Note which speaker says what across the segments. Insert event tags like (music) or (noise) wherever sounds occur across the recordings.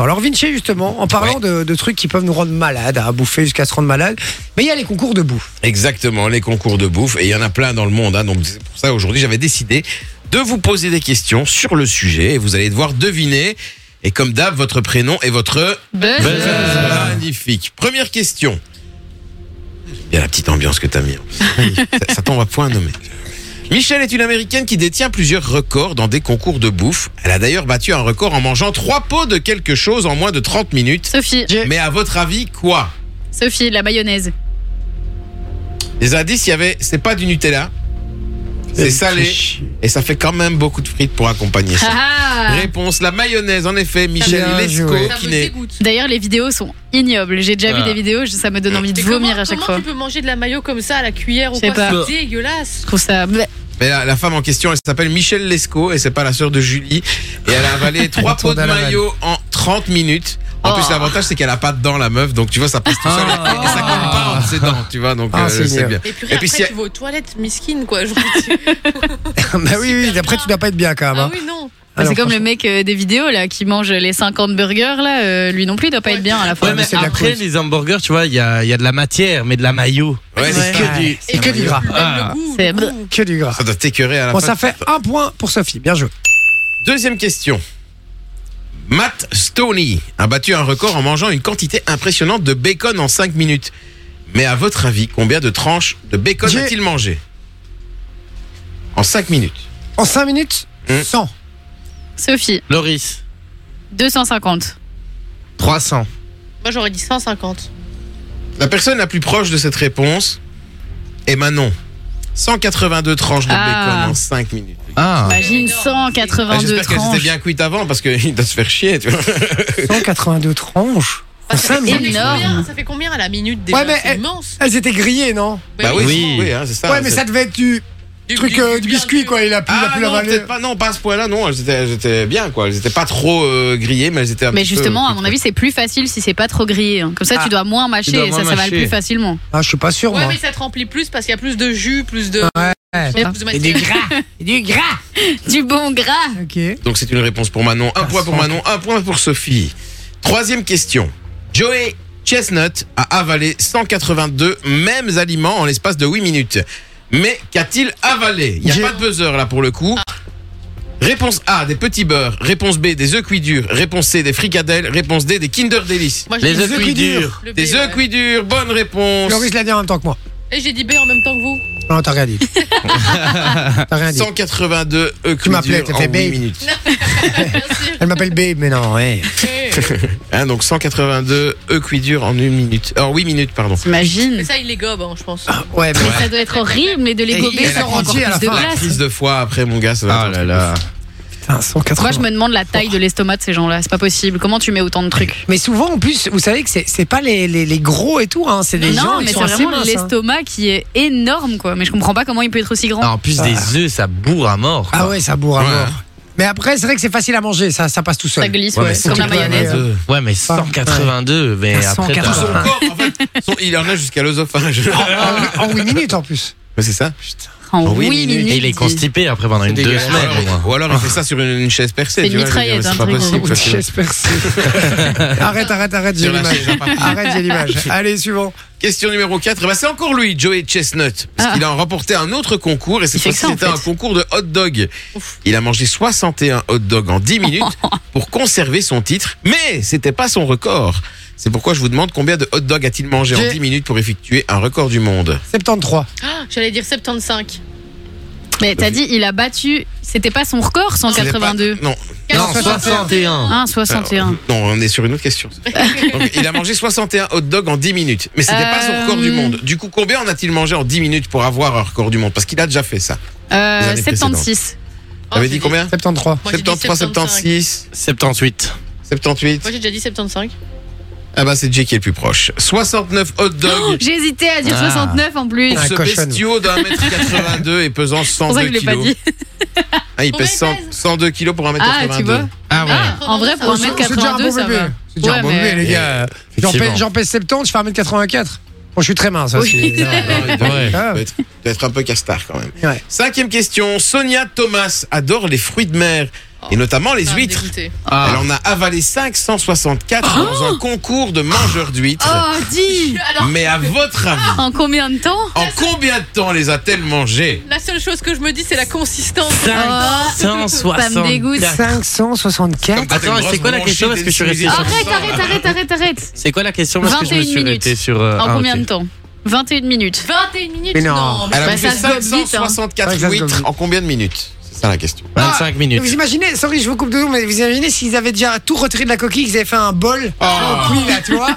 Speaker 1: Alors Vinci, justement, en parlant de, de trucs qui peuvent nous rendre malades, à bouffer jusqu'à se rendre malade, mais il y a les concours de bouffe.
Speaker 2: Exactement, les concours de bouffe. Et il y en a plein dans le monde. hein. donc c'est pour ça aujourd'hui j'avais décidé de vous poser des questions sur le sujet. Et vous allez devoir deviner. Et comme d'hab, votre prénom et votre...
Speaker 3: Buzz.
Speaker 2: Magnifique. Première question. J'aime Bien la petite ambiance que t'as mis. hein. ça, ça tombe à point nommé. Michelle est une américaine qui détient plusieurs records dans des concours de bouffe. Elle a d'ailleurs battu un record en mangeant trois pots de quelque chose en moins de 30 minutes.
Speaker 3: Sophie.
Speaker 2: Mais à votre avis, quoi
Speaker 3: Sophie, la mayonnaise.
Speaker 2: Les indices, il y avait, c'est pas du Nutella, c'est salé et ça fait quand même beaucoup de frites pour accompagner ça.
Speaker 3: Ah
Speaker 2: Réponse la mayonnaise en effet. Michel
Speaker 1: Bien
Speaker 2: Lesco
Speaker 1: joué.
Speaker 2: qui n'est
Speaker 3: D'ailleurs, les vidéos sont ignobles. J'ai
Speaker 4: Ah.
Speaker 3: déjà vu des vidéos, je- ça me donne envie de
Speaker 5: Ah. Mais
Speaker 3: vomir
Speaker 5: comment-
Speaker 3: à chaque
Speaker 5: comment
Speaker 3: fois.
Speaker 5: tu peux manger de la mayo comme ça à la cuillère ou
Speaker 3: Je sais
Speaker 5: quoi
Speaker 3: pas.
Speaker 5: C'est dégueulasse.
Speaker 3: Je trouve ça.
Speaker 2: Mais la, la femme en question, elle s'appelle Michel Lesco et c'est pas la sœur de Julie. Et elle
Speaker 1: (laughs)
Speaker 2: a avalé trois
Speaker 1: Retour
Speaker 2: pots de
Speaker 1: d'Alan.
Speaker 2: maillot en 30 minutes. En plus,
Speaker 3: Oh.
Speaker 2: l'avantage, c'est qu'elle a pas de dents, la meuf. Donc, tu vois, ça passe tout seul.
Speaker 1: Ah.
Speaker 2: Et ça colle pas entre ses dents, tu vois. Donc,
Speaker 1: Ah,
Speaker 2: euh,
Speaker 1: c'est
Speaker 2: c'est
Speaker 1: génial.
Speaker 2: bien.
Speaker 5: Et puis,
Speaker 2: Et puis,
Speaker 5: après,
Speaker 2: si-
Speaker 5: tu vas aux toilettes, miskine, quoi.
Speaker 3: Ah
Speaker 5: je vous
Speaker 1: (laughs)
Speaker 5: dis.
Speaker 1: bah oui, oui, d'après tu dois pas être bien quand même.
Speaker 5: ah
Speaker 1: hein.
Speaker 5: oui, non.
Speaker 1: Ah non,
Speaker 3: bah. c'est comme
Speaker 1: franchement.
Speaker 3: le mec euh, des vidéos là qui mange les 50 burgers là, euh, lui non plus il doit pas être bien à la Ah.
Speaker 4: Ouais,
Speaker 3: fin.
Speaker 1: mais
Speaker 4: mais
Speaker 1: c'est de la
Speaker 4: après,
Speaker 1: cause.
Speaker 4: les hamburgers, tu vois, il y a, il y a de la matière, mais de la maillot.
Speaker 2: Ouais, c'est
Speaker 3: Ouais.
Speaker 2: ça.
Speaker 1: Ah,
Speaker 4: du-
Speaker 1: c'est que du gras.
Speaker 5: Même
Speaker 4: Ah.
Speaker 5: le goût,
Speaker 3: C'est-
Speaker 5: le goût.
Speaker 1: Que du gras.
Speaker 2: Ça doit t'écœurer à la
Speaker 1: Bon,
Speaker 2: fin.
Speaker 1: ça fait un point pour Sophie. Bien joué.
Speaker 2: Deuxième question. Matt Stoney a battu un record en mangeant une quantité impressionnante de bacon en 5 minutes. Mais à votre avis, combien de tranches de bacon
Speaker 1: J'ai-
Speaker 2: a-t-il mangé En 5 minutes.
Speaker 1: En 5 minutes,
Speaker 2: Hmm. (laughs)
Speaker 1: 100.
Speaker 3: Sophie,
Speaker 4: Loris,
Speaker 3: 250.
Speaker 4: 300.
Speaker 5: Moi, j'aurais dit 150.
Speaker 2: La personne la plus proche de cette réponse est Manon. 182 tranches de
Speaker 3: Ah.
Speaker 2: bacon en 5 minutes.
Speaker 4: Ah,
Speaker 3: Imagine
Speaker 2: Ah,
Speaker 3: 182
Speaker 2: J'espère qu'elle s'était
Speaker 3: tranches.
Speaker 2: bien cuite avant parce (laughs) qu'il doit se faire chier. Tu vois.
Speaker 1: 182 tranches. En
Speaker 5: Parce que
Speaker 1: 5
Speaker 5: Ah, ça fait
Speaker 1: minutes.
Speaker 3: énorme.
Speaker 5: combien- Ça fait combien à la minute déjà
Speaker 1: Ouais, mais eh,
Speaker 5: C'est
Speaker 1: elle-
Speaker 5: immense.
Speaker 1: Elles étaient grillées, non
Speaker 2: bah oui,
Speaker 4: oui.
Speaker 2: oui, hein, c'est ça.
Speaker 1: Ouais, mais
Speaker 2: C'est-
Speaker 1: ça devait être du truc euh, du biscuit, quoi. Il a pu, il a
Speaker 2: Ah
Speaker 1: pu
Speaker 2: non,
Speaker 1: l'avaler.
Speaker 2: peut-être pas, non, pas à ce point-là, non, elles étaient, elles étaient bien, quoi. Elles étaient pas trop euh, grillées, mais elles étaient un
Speaker 3: Mais
Speaker 2: petit peu-
Speaker 3: justement, à mon avis, c'est plus facile si c'est pas trop grillé. hein. Comme ça,
Speaker 1: Ah.
Speaker 3: tu dois moins mâcher
Speaker 4: dois
Speaker 3: et
Speaker 4: moins
Speaker 3: ça, ça va le
Speaker 4: mâcher.
Speaker 3: plus facilement.
Speaker 1: Ah, je suis pas sûr,
Speaker 5: Ouais,
Speaker 1: moi.
Speaker 5: mais ça te remplit plus parce qu'il y a plus de jus, plus de.
Speaker 1: Ah. Ouais.
Speaker 5: plus de
Speaker 1: Et du
Speaker 5: matière.
Speaker 1: gras. Et du gras.
Speaker 3: (laughs) Du bon gras.
Speaker 1: (laughs) Ok.
Speaker 2: Donc c'est une réponse pour Manon. Un
Speaker 1: Ah,
Speaker 2: point pour
Speaker 1: sans-
Speaker 2: Manon, un point pour Sophie. Troisième question. Joey Chestnut a avalé 182 mêmes aliments en l'espace de 8 minutes. Mais qu'a-t-il avalé Il n'y a
Speaker 1: J'ai-
Speaker 2: pas de buzzer là pour le coup. Réponse A, des petits beurres. Réponse B, des œufs cuits durs. Réponse C, des fricadelles. Réponse D, des Kinder Delice.
Speaker 5: Moi, j'ai
Speaker 4: les
Speaker 5: dit
Speaker 4: œufs cuits durs.
Speaker 5: le B,
Speaker 2: Des œufs
Speaker 5: ouais.
Speaker 2: cuits durs, bonne réponse.
Speaker 1: Loris l'a dit en même temps que moi.
Speaker 5: Et j'ai dit B en même temps que vous.
Speaker 1: Non, t'as rien
Speaker 2: (laughs)
Speaker 1: dit. t'as rien dit.
Speaker 2: 182 œufs
Speaker 1: Tu
Speaker 2: cuits
Speaker 1: m'appelais,
Speaker 2: durs
Speaker 1: t'as fait
Speaker 2: en 8
Speaker 1: babe.
Speaker 2: minutes.
Speaker 5: Bien sûr.
Speaker 1: Elle m'appelle Babe, mais non, ouais.
Speaker 5: Eh,
Speaker 2: Hein, donc 182 œufs cuits durs en 1 minute. En 8 minutes, pardon.
Speaker 3: T'imagines
Speaker 5: Mais ça, il les gobe, hein, je pense.
Speaker 1: Ouais, mais.
Speaker 3: Ça doit être horrible, mais de les
Speaker 1: Et
Speaker 3: gober,
Speaker 1: ils
Speaker 3: ça
Speaker 1: sont
Speaker 3: rend encore
Speaker 1: entiers à la
Speaker 3: plus de
Speaker 1: fin.
Speaker 2: La
Speaker 3: place.
Speaker 2: crise de foie après, mon gars, ça va
Speaker 4: Ah
Speaker 2: être un truc de fou.
Speaker 1: Putain, 180.
Speaker 3: Moi, je me demande la taille de l'estomac de ces gens-là. C'est pas possible. Comment tu mets autant de trucs
Speaker 1: Mais souvent, en plus, vous savez que c'est c'est pas les, les, les gros et tout, hein. C'est des gens
Speaker 3: Non,
Speaker 1: ils
Speaker 3: mais
Speaker 1: sont
Speaker 3: c'est
Speaker 1: assez
Speaker 3: vraiment
Speaker 1: minces, hein.
Speaker 3: l'estomac qui est énorme, quoi. Mais je comprends pas comment il peut être aussi grand.
Speaker 4: Ah, en plus des œufs, ça bourre à mort. quoi.
Speaker 1: Ah ouais, ça bourre à
Speaker 2: Ouais.
Speaker 1: mort. Mais après, c'est vrai que c'est facile à manger, ça, ça passe tout
Speaker 3: Ça
Speaker 1: seul.
Speaker 3: glisse,
Speaker 4: Ouais,
Speaker 3: ouais,
Speaker 4: mais
Speaker 3: c'est comme la
Speaker 1: surtout pas,
Speaker 3: mayonnaise. hein.
Speaker 1: ouais.
Speaker 4: Ouais, mais 182, mais
Speaker 1: Ah,
Speaker 4: après,
Speaker 1: 180.
Speaker 2: Tout son
Speaker 4: t'as-
Speaker 2: corps, en fait, son- il en a jusqu'à
Speaker 4: (laughs)
Speaker 2: l'œsophage.
Speaker 1: Ah, En- En 8 minutes en plus.
Speaker 2: Mais c'est ça
Speaker 3: En
Speaker 2: Oui,
Speaker 3: huit
Speaker 2: minutes.
Speaker 3: minutes.
Speaker 4: Et il est constipé après pendant une deux
Speaker 2: Ou
Speaker 4: semaines, Ah. au
Speaker 2: alors-
Speaker 4: moins.
Speaker 2: Ou alors il fait ça sur une, une chaise percée.
Speaker 3: C'est
Speaker 2: tu vois,
Speaker 3: une
Speaker 2: je veux dire,
Speaker 3: mitraillette,
Speaker 2: C'est
Speaker 3: un
Speaker 2: pas
Speaker 3: truc,
Speaker 2: possible.
Speaker 1: Ou
Speaker 2: quoi,
Speaker 1: de
Speaker 3: (laughs)
Speaker 2: c'est-
Speaker 1: chaise percée. (laughs) arrête, arrête, arrête, j'ai
Speaker 2: Sur la
Speaker 1: l'image.
Speaker 2: chaise à papier.
Speaker 1: Arrête, j'ai l'image. Allez, suivant.
Speaker 2: Question numéro 4, bah c'est encore lui, Joey Chestnut, parce
Speaker 3: Ah.
Speaker 2: qu'il a remporté un autre concours et cette
Speaker 3: Il fait
Speaker 2: fois-ci
Speaker 3: que ça, en
Speaker 2: c'était un
Speaker 3: fait.
Speaker 2: concours de hot dog.
Speaker 5: Ouf.
Speaker 2: Il a mangé 61 hot dogs en 10
Speaker 3: (laughs)
Speaker 2: minutes pour conserver son titre, mais c'était pas son record. C'est pourquoi je vous demande combien de hot dogs a-t-il mangé en
Speaker 1: J'ai-
Speaker 2: 10 minutes pour effectuer un record du monde
Speaker 1: 73.
Speaker 5: Ah, J'allais dire 75.
Speaker 3: Mais t'as dit, il a battu. C'était pas son record, Hein,
Speaker 2: Ce n'est pas-
Speaker 3: 182.
Speaker 2: Non,
Speaker 4: Non, 61.
Speaker 3: 1, 61.
Speaker 2: Non, on est sur une autre
Speaker 3: (laughs)
Speaker 2: question. Donc, il a mangé 61 hot dogs en 10 minutes. Mais c'était pas son
Speaker 3: Euh,
Speaker 2: record du monde. Du coup, combien en a-t-il mangé en 10 minutes pour avoir un record du monde Parce qu'il a déjà fait ça.
Speaker 3: Euh,
Speaker 2: années
Speaker 3: 76.
Speaker 2: T'avais
Speaker 5: j'ai
Speaker 2: dit combien
Speaker 1: 73.
Speaker 5: Moi, j'ai dit
Speaker 2: 73,
Speaker 5: 75.
Speaker 2: 76,
Speaker 4: 78.
Speaker 2: 78.
Speaker 5: Moi, j'ai déjà dit 75.
Speaker 2: Ah bah, c'est Jay qui est le plus proche. 69 hot
Speaker 3: Oh,
Speaker 2: dogs.
Speaker 3: J'ai hésité à dire
Speaker 4: Ah.
Speaker 3: 69 en plus.
Speaker 2: Pour
Speaker 1: Ah,
Speaker 2: ce
Speaker 1: cochonne.
Speaker 2: bestiau d'un mètre 82 et pesant
Speaker 3: C'est pour ça
Speaker 2: 102
Speaker 3: que je l'ai pas
Speaker 2: kilos.
Speaker 3: dit.
Speaker 2: Ah, il pèse
Speaker 5: Combien
Speaker 2: 100
Speaker 5: il
Speaker 2: 102 kilos pour un mètre
Speaker 3: Ah,
Speaker 2: 82.
Speaker 3: tu vois.
Speaker 4: Ah ouais.
Speaker 3: Ah, en vrai, pour
Speaker 5: Oh, c'est-
Speaker 3: 1m82,
Speaker 1: C'est déjà un bon
Speaker 3: ça
Speaker 1: bébé.
Speaker 3: va.
Speaker 1: C'est déjà un
Speaker 3: Ouais,
Speaker 1: bon
Speaker 3: mais-
Speaker 1: bébé, les
Speaker 2: Et-
Speaker 1: gars. J'en
Speaker 4: effectivement.
Speaker 1: pèse, j'en pèse 70, je fais 1m84. Bon, je suis très mince. hein,
Speaker 3: Oui.
Speaker 1: c'est-
Speaker 2: Non, non, Ah, il doit,
Speaker 4: Ouais.
Speaker 2: il
Speaker 3: Ah.
Speaker 2: doit être, il doit être un peu castard quand même.
Speaker 1: Ouais.
Speaker 2: Cinquième question. Sonia Thomas adore les fruits de mer.
Speaker 3: Oh,
Speaker 2: et notamment les
Speaker 5: Ah,
Speaker 2: huîtres.
Speaker 5: dégoûté.
Speaker 4: Ah.
Speaker 2: Elle en a avalé 564 dans un concours de mangeurs d'huîtres.
Speaker 3: Oh, dis
Speaker 5: Alors,
Speaker 2: Mais à votre avis,
Speaker 3: En combien de temps
Speaker 2: en combien de temps les a-t-elle mangées
Speaker 5: la seule chose que je me dis, c'est la consistance.
Speaker 3: Ah.
Speaker 4: 560.
Speaker 3: Ça me dégoûte. (laughs)
Speaker 1: 564
Speaker 4: Attends,
Speaker 2: T'as une
Speaker 4: c'est quoi la
Speaker 2: grosse
Speaker 4: question
Speaker 2: bronchite
Speaker 4: Est-ce que je suis resté
Speaker 2: et
Speaker 4: sur-
Speaker 2: des
Speaker 3: Arrête,
Speaker 2: sangs.
Speaker 3: arrête, arrête, arrête, arrête
Speaker 4: C'est quoi la question Parce que je me
Speaker 3: 21
Speaker 4: suis
Speaker 3: minutes.
Speaker 4: arrêté sur. euh,
Speaker 3: En
Speaker 4: ah,
Speaker 3: combien
Speaker 4: ok.
Speaker 3: de temps 21 minutes.
Speaker 5: 21 minutes.
Speaker 1: Mais non.
Speaker 2: Elle a
Speaker 3: Bah,
Speaker 2: bouffé
Speaker 3: ça se gobe vite, hein.
Speaker 2: 564
Speaker 1: Ouais, ça se gobe
Speaker 2: huîtres
Speaker 1: vite.
Speaker 2: en combien de minutes C'est ça la question.
Speaker 4: 25
Speaker 1: Vous
Speaker 4: minutes.
Speaker 1: imaginez, sorry, je vous coupe de vous, mais vous imaginez s'ils avaient déjà tout retiré de la coquille, qu'ils avaient fait un bol
Speaker 2: Oh.
Speaker 1: au puits, là, tu vois,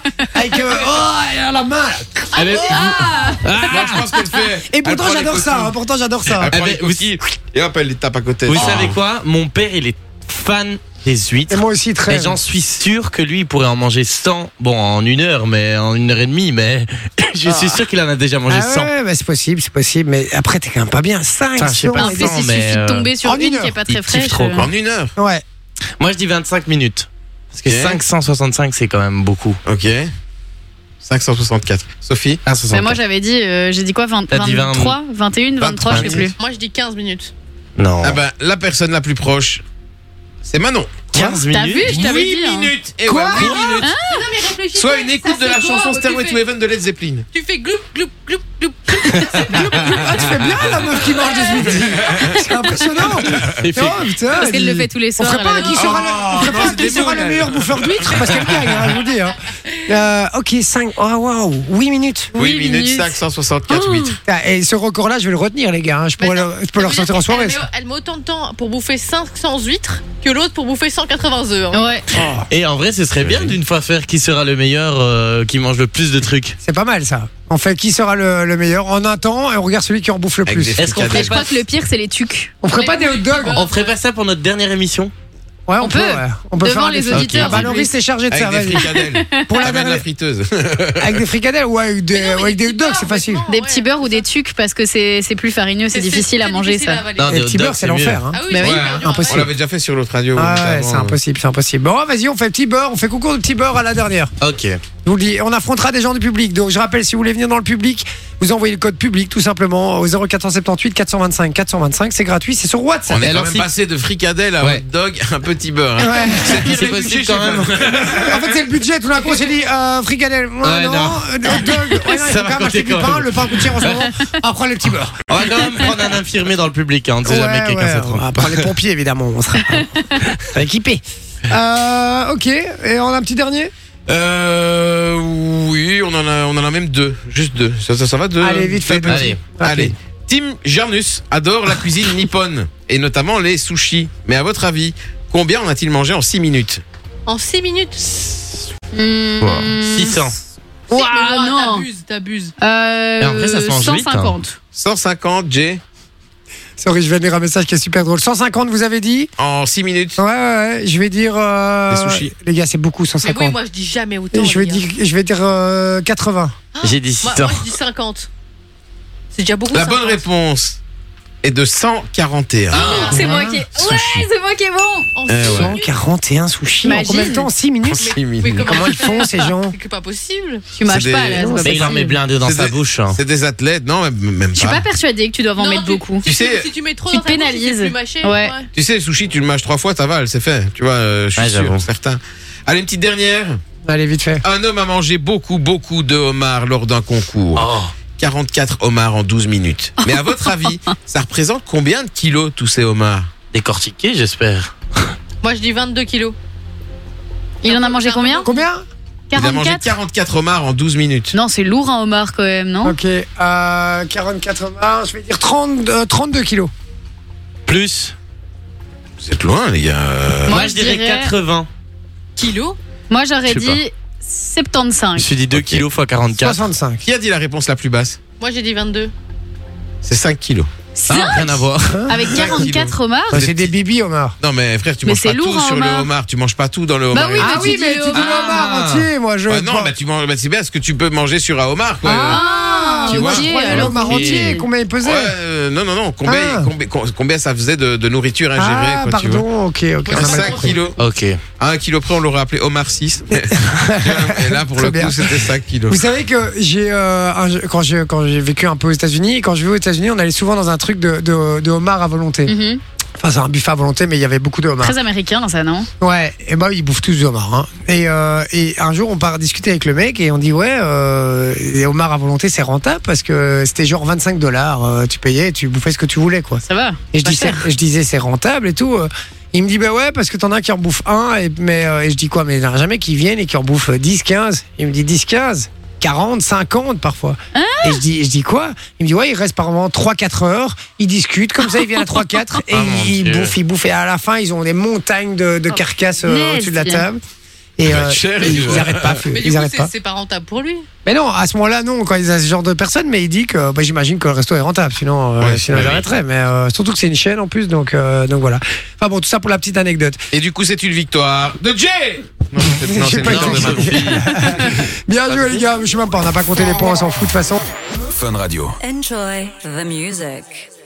Speaker 1: avec
Speaker 4: (laughs)
Speaker 1: euh, oh, elle a la main. là.
Speaker 4: Ah, mais-
Speaker 3: Ah.
Speaker 4: Ah.
Speaker 2: Moi, je pense qu'elle fait.
Speaker 1: Et
Speaker 2: elle
Speaker 1: pourtant,
Speaker 2: prend les
Speaker 1: j'adore
Speaker 2: coquilles.
Speaker 1: ça, hein, pourtant, j'adore ça. hein.
Speaker 2: Elle prend
Speaker 4: ben,
Speaker 2: Ah, les
Speaker 4: vous-
Speaker 2: coquilles et hop, elle les tape à côté.
Speaker 4: Vous
Speaker 2: Oh.
Speaker 4: savez quoi Mon père, il est fan des huîtres.
Speaker 1: Et moi aussi, très.
Speaker 4: Et j'en suis sûr que lui, il pourrait en manger 100. Bon, en une heure, mais en une heure et demie, mais (laughs) je suis sûr qu'il en a déjà mangé
Speaker 1: ah
Speaker 4: 100.
Speaker 1: ouais, bah, c'est possible, c'est possible, mais après, t'es quand même pas bien. 5,
Speaker 4: Putain, je sais pas.
Speaker 3: En plus,
Speaker 4: Attends,
Speaker 3: il
Speaker 4: mais,
Speaker 3: suffit de
Speaker 4: euh,
Speaker 3: tomber sur
Speaker 1: en une
Speaker 3: une qui est
Speaker 1: heure.
Speaker 3: pas très
Speaker 4: Il kiffe
Speaker 3: fraîche.
Speaker 4: trop,
Speaker 3: euh.
Speaker 4: quoi.
Speaker 2: En une heure.
Speaker 4: (laughs)
Speaker 1: Ouais.
Speaker 4: Moi, je dis 25 minutes. Parce que
Speaker 2: Ok.
Speaker 4: 565, c'est quand même beaucoup.
Speaker 2: Ok. 564. Sophie
Speaker 4: Ah,
Speaker 3: Mais moi, j'avais dit, euh, j'ai dit quoi 20,
Speaker 4: T'as dit 20,
Speaker 3: 23 21, 23, je sais
Speaker 4: 23.
Speaker 3: plus.
Speaker 5: Moi, je dis 15 minutes.
Speaker 4: Non.
Speaker 2: Ah ben, la personne la plus proche, c'est Manon.
Speaker 4: 15
Speaker 3: T'as vu,
Speaker 4: minutes.
Speaker 3: je t'avais dit. hein.
Speaker 2: minutes et
Speaker 1: Quoi
Speaker 2: ouais, huit minutes.
Speaker 5: Non, mais réfléchis.
Speaker 2: Soit une écoute de la chanson Stairway to
Speaker 5: tu, fais-
Speaker 2: Heaven de Led Zeppelin.
Speaker 5: tu fais gloup, gloup, gloup, gloup.
Speaker 1: Ah, tu fais bien la meuf qui mange des huîtres. C'est impressionnant.
Speaker 4: Et fait-
Speaker 1: Oh, putain,
Speaker 3: Parce qu'elle
Speaker 1: dis-
Speaker 3: le fait tous les
Speaker 1: On
Speaker 3: soirs.
Speaker 1: ferait
Speaker 3: elle
Speaker 1: pas
Speaker 3: a
Speaker 1: un qui
Speaker 3: dit-
Speaker 1: sera,
Speaker 2: Oh,
Speaker 1: le, on ferait
Speaker 2: non,
Speaker 1: pas un
Speaker 2: c'est
Speaker 1: qui
Speaker 2: des
Speaker 1: sera
Speaker 2: boules,
Speaker 1: le
Speaker 2: là.
Speaker 1: meilleur bouffeur d'huîtres parce qu'elle gagne, hein, je vous le dis. Hein. Euh, ok, 5. Oh, waouh, 8 minutes.
Speaker 2: Oui,
Speaker 3: Huit
Speaker 2: minutes,
Speaker 3: minutes.
Speaker 2: 564 huîtres.
Speaker 1: Ah, Et ce record-là, je vais le retenir, les gars. hein. Je peux,
Speaker 5: Mais
Speaker 1: le, je peux le ressortir en soirée.
Speaker 5: Elle met, elle met autant de temps pour bouffer 500 huîtres que l'autre pour bouffer 180 œufs. hein.
Speaker 3: Ouais.
Speaker 4: Et en vrai, ce serait bien d'une fois faire qui sera le meilleur, euh, qui mange le plus de trucs.
Speaker 1: C'est pas mal, ça. On fait qui sera le, le meilleur en un temps et on regarde celui qui en bouffe le
Speaker 2: Avec
Speaker 1: plus.
Speaker 2: des
Speaker 4: Est-ce qu'on
Speaker 3: Mais
Speaker 4: ferait
Speaker 3: je
Speaker 4: pas,
Speaker 3: crois que le pire, c'est les tucs.
Speaker 1: On ferait pas des hot dogs
Speaker 3: Ah
Speaker 4: on ferait pas ça pour notre dernière émission
Speaker 1: Ouais,
Speaker 3: on peut.
Speaker 1: ouais. On peut
Speaker 3: Devant
Speaker 1: faire un
Speaker 3: les
Speaker 1: défi.
Speaker 3: auditeurs,
Speaker 1: Ah bah,
Speaker 3: en
Speaker 1: Laurie,
Speaker 3: plus.
Speaker 1: c'est chargé de ça.
Speaker 2: Avec des
Speaker 1: vas-y.
Speaker 2: fricadelles.
Speaker 1: Pour la
Speaker 2: Avec de la
Speaker 1: dernière-
Speaker 2: friteuse.
Speaker 1: Avec des fricadelles ou avec des,
Speaker 5: Mais non, mais
Speaker 1: ou avec
Speaker 5: des
Speaker 1: des hot
Speaker 5: petits
Speaker 1: dogs,
Speaker 5: beurres,
Speaker 1: c'est facile.
Speaker 5: honnêtement.
Speaker 3: Des
Speaker 5: Ouais,
Speaker 3: petits beurres ou des tucs parce que c'est c'est plus farineux, c'est difficile à
Speaker 5: très
Speaker 3: manger
Speaker 5: difficile à
Speaker 3: ça.
Speaker 5: avaler.
Speaker 4: Non,
Speaker 1: Les
Speaker 4: des
Speaker 1: petits
Speaker 4: hot dogs,
Speaker 1: beurres, c'est
Speaker 4: mieux.
Speaker 1: l'enfer. hein.
Speaker 5: Ah oui,
Speaker 3: Bah
Speaker 5: c'est
Speaker 3: oui.
Speaker 5: hyper dur à
Speaker 1: Impossible.
Speaker 2: On l'avait déjà fait sur l'autre radio.
Speaker 1: Ah ouais,
Speaker 2: notamment.
Speaker 1: c'est impossible, c'est impossible. Bon, vas-y, on fait petit beurre, on fait concours de petit beurre à la dernière.
Speaker 4: Ok.
Speaker 1: Je vous le dis, on affrontera des gens du public. Donc je rappelle, si vous voulez venir dans le public, vous envoyez le code public tout simplement au 0478 425 425. C'est gratuit, c'est sur WhatsApp.
Speaker 2: On est quand
Speaker 4: Alors
Speaker 2: même
Speaker 4: si-
Speaker 2: passé de fricadelle à
Speaker 4: Ouais.
Speaker 2: hot dog à un petit beurre.
Speaker 1: (laughs)
Speaker 2: hein.
Speaker 1: Ouais.
Speaker 2: pire,
Speaker 4: C'est
Speaker 2: les
Speaker 4: possible
Speaker 2: budgets,
Speaker 4: quand
Speaker 2: je sais
Speaker 4: même.
Speaker 1: En fait, c'est le budget. Tout d'un coup, on s'est dit euh, fricadelle. ouais,
Speaker 4: Ouais,
Speaker 1: non,
Speaker 4: non.
Speaker 1: euh, hot dog. Ouais, non, il faut
Speaker 4: Ça va
Speaker 1: quand même acheter
Speaker 4: compter
Speaker 1: du
Speaker 4: quand
Speaker 1: pain.
Speaker 4: même.
Speaker 1: Le pain coûte cher en ce moment. Après, le petit beurre.
Speaker 4: On va quand même prendre un infirmier dans le public, hein, on ne sait
Speaker 1: Ouais,
Speaker 4: jamais quelqu'un
Speaker 1: ouais,
Speaker 4: s'est
Speaker 1: on
Speaker 4: trompé.
Speaker 1: va prendre les pompiers, évidemment. On sera, on sera équipés. Euh, ok. Et on a un petit dernier
Speaker 2: Euh, oui, on en a, on en a même deux, juste deux. Ça, ça, ça va deux.
Speaker 1: Allez, vite
Speaker 2: deux
Speaker 1: fait.
Speaker 2: petits.
Speaker 4: Allez.
Speaker 2: Euh, Allez. Tim Jarnus adore la cuisine nippone et notamment les sushis. Mais à votre avis, combien en a-t-il mangé en 6 minutes
Speaker 5: En 6 minutes.
Speaker 3: Mmh.
Speaker 4: 600.
Speaker 3: Ouah,
Speaker 5: Mais bon,
Speaker 3: non.
Speaker 5: T'abuses, t'abuses.
Speaker 3: Euh,
Speaker 4: Et en vrai, ça se mange vite, hein.
Speaker 3: 150.
Speaker 2: 150 J
Speaker 1: Sorry, je vais lire un message qui est super drôle. 150, vous avez dit
Speaker 2: en 6 minutes.
Speaker 1: Ouais, ouais, ouais, je vais dire. euh,
Speaker 2: Des sushis.
Speaker 1: Les gars, c'est beaucoup,
Speaker 5: Mais
Speaker 1: 150.
Speaker 5: oui, moi, je dis jamais autant.
Speaker 1: Et je vais
Speaker 5: les gars.
Speaker 1: dire, je vais dire euh, 80.
Speaker 4: J'ai dit
Speaker 5: Moi,
Speaker 4: 600.
Speaker 5: moi, je dis 50. C'est déjà beaucoup.
Speaker 2: La
Speaker 5: 50.
Speaker 2: bonne réponse est de
Speaker 3: Ah,
Speaker 2: 141.
Speaker 3: C'est moi qui ai. Ouais, c'est moi qui ai bon.
Speaker 5: En
Speaker 2: Eh
Speaker 5: six
Speaker 2: ouais.
Speaker 5: minutes,
Speaker 1: 141 sushis. En
Speaker 3: Imagine.
Speaker 1: combien de temps 6
Speaker 2: En
Speaker 1: minutes
Speaker 2: 6 minutes.
Speaker 5: mais
Speaker 1: Comment ils font, ces gens
Speaker 5: C'est que pas possible.
Speaker 3: Tu mâches
Speaker 2: des-
Speaker 3: pas là. c'est pas
Speaker 4: Mais il en
Speaker 3: possible.
Speaker 4: met Ah. blindé dans
Speaker 2: C'est
Speaker 4: sa
Speaker 2: des-
Speaker 4: bouche. hein.
Speaker 2: C'est des athlètes, non, même- même
Speaker 3: Je suis pas
Speaker 2: pas.
Speaker 3: persuadée que tu dois en
Speaker 5: Non,
Speaker 3: mettre beaucoup.
Speaker 2: Tu sais-
Speaker 5: si tu mets trop
Speaker 3: Tu
Speaker 5: dans
Speaker 3: te
Speaker 5: ta bouche, tu sais
Speaker 3: pénalises.
Speaker 5: plus mâcher,
Speaker 3: Ouais.
Speaker 2: Tu sais, le sushi, tu le mâches trois fois, ça va, elle s'est fait. Tu vois, euh, je suis
Speaker 4: Ouais, j'avoue.
Speaker 2: sûr, certain. Allez, une petite dernière.
Speaker 1: Allez, vite fait.
Speaker 2: Un homme a mangé beaucoup, beaucoup de homards lors d'un concours.
Speaker 3: Oh.
Speaker 4: Oh,
Speaker 2: 44 homards en 12 minutes. Mais à votre avis,
Speaker 3: (laughs)
Speaker 2: ça représente combien de kilos tous ces homards
Speaker 4: Décortiqué, j'espère.
Speaker 5: Moi, je dis 22 kilos.
Speaker 3: Il en a mangé combien
Speaker 1: Combien
Speaker 2: Il a mangé
Speaker 3: 44
Speaker 2: 44 homards en 12 minutes.
Speaker 3: Non, c'est lourd un homard quand même, non
Speaker 1: Ok, euh, 40, 80, je vais dire 30, euh, 32 kilos.
Speaker 4: Plus.
Speaker 2: Vous êtes loin, les gars. Euh,
Speaker 4: Moi, je dirais 80.
Speaker 5: Kilos
Speaker 3: Moi, j'aurais
Speaker 4: Je sais
Speaker 3: dit 75.
Speaker 4: Je suis dit 2
Speaker 2: Ok.
Speaker 4: kilos x 44.
Speaker 1: 65.
Speaker 2: Qui a dit la réponse la plus basse
Speaker 5: Moi, j'ai dit 22.
Speaker 2: C'est 5 kilos.
Speaker 4: Ah,
Speaker 3: Cinq
Speaker 4: rien à voir.
Speaker 3: Avec 44 homards
Speaker 1: Ouais, c'est des bibis, Omar.
Speaker 2: Non, mais frère, tu
Speaker 3: Mais
Speaker 2: manges
Speaker 3: c'est
Speaker 2: pas
Speaker 3: lourd,
Speaker 2: tout
Speaker 3: un
Speaker 2: sur le
Speaker 3: homard.
Speaker 2: homard. Tu manges pas tout dans le
Speaker 3: Bah
Speaker 2: homard.
Speaker 3: oui,
Speaker 2: Ah,
Speaker 3: mais tu dis le homard.
Speaker 1: l'homard entier, moi, je.
Speaker 2: bah non, bah tu manges, bah c'est bien ce que tu peux manger sur un homard, quoi.
Speaker 1: Ah,
Speaker 2: Tu
Speaker 1: moi,
Speaker 2: vois.
Speaker 1: je
Speaker 3: Ok,
Speaker 1: croyais
Speaker 3: alors.
Speaker 1: l'homard
Speaker 4: Ok.
Speaker 1: entier, combien il pesait
Speaker 2: Ouais, euh, non, non, non. Combien,
Speaker 1: Ah.
Speaker 2: combien, combien ça faisait de, de nourriture ingérée
Speaker 1: Ah,
Speaker 2: quoi, tu vois
Speaker 1: pardon, Ah, ok, ok. on a mal
Speaker 2: 5
Speaker 1: compris.
Speaker 2: kilos.
Speaker 4: Ok.
Speaker 2: À 1 kilo près, on l'aurait appelé
Speaker 1: (laughs)
Speaker 2: Omar 6. Et là, pour
Speaker 1: Très
Speaker 2: le
Speaker 1: bien.
Speaker 2: coup, c'était 5 kilos.
Speaker 1: Vous savez que j'ai euh, un- quand j'ai quand j'ai vécu un peu aux États-Unis, quand je vais aux États-Unis, on allait souvent dans un truc de, de, de homard à volonté.
Speaker 3: Mhm.
Speaker 1: Enfin, c'est un buffet à volonté, mais il y avait beaucoup de homards.
Speaker 3: Très américain, ça, non
Speaker 1: Ouais, et bah ils bouffent tous du homard. Hein. Et, euh, et un jour, on part discuter avec le mec et on dit ouais, euh, les homards à volonté, c'est rentable parce que c'était genre 25 dollars. euh, tu payais, et tu bouffais ce que tu voulais, quoi.
Speaker 3: Ça va.
Speaker 1: Et je,
Speaker 3: pas
Speaker 1: dis,
Speaker 3: cher.
Speaker 1: c'est- je disais c'est rentable et tout. euh. Il me dit bah ouais, parce que t'en as qui en bouffent un. Et, mais, euh, et je dis quoi Mais il n'y en a jamais qui viennent et qui en bouffent euh, 10, 15. Il me dit 10, 15. 40, 50 parfois.
Speaker 3: Hein
Speaker 1: et je dis, je dis quoi Il me dit, ouais, il reste par moment 3-4 heures, ils discutent, comme ça ils viennent à
Speaker 3: (laughs)
Speaker 1: 3-4 et
Speaker 4: Ah, mon
Speaker 1: ils
Speaker 4: Dieu.
Speaker 1: bouffent, ils bouffent. Et à la fin, ils ont des montagnes de,
Speaker 3: Oh,
Speaker 1: de carcasses euh, au-dessus de la
Speaker 3: Nasty.
Speaker 1: table. Et
Speaker 2: Ça va être cher,
Speaker 1: ils,
Speaker 2: déjà.
Speaker 1: ils arrêtent pas.
Speaker 5: Mais du
Speaker 1: ils
Speaker 5: coup,
Speaker 1: arrêtent
Speaker 5: c'est-
Speaker 1: pas.
Speaker 5: c'est pas rentable pour lui.
Speaker 1: Mais non, à ce moment-là, non, quand ils a ce genre de personnes, mais il dit que bah, j'imagine que le resto est rentable, sinon, euh,
Speaker 2: Ouais,
Speaker 1: sinon
Speaker 2: bah
Speaker 1: ils
Speaker 2: oui.
Speaker 1: arrêteraient. Mais euh, surtout que c'est une chaîne en plus, donc, euh, donc voilà. Enfin bon, tout ça pour la petite anecdote.
Speaker 2: Et du coup, c'est une victoire de Jay Non, c'est-
Speaker 1: (laughs)
Speaker 2: non,
Speaker 1: J'ai
Speaker 2: c'est une
Speaker 1: pas
Speaker 2: victoire de
Speaker 1: été-
Speaker 2: Manon.
Speaker 1: Bien joué les gars, je sais même pas, on n'a pas compté les points, on s'en fout de toute façon.
Speaker 6: Enjoy the music.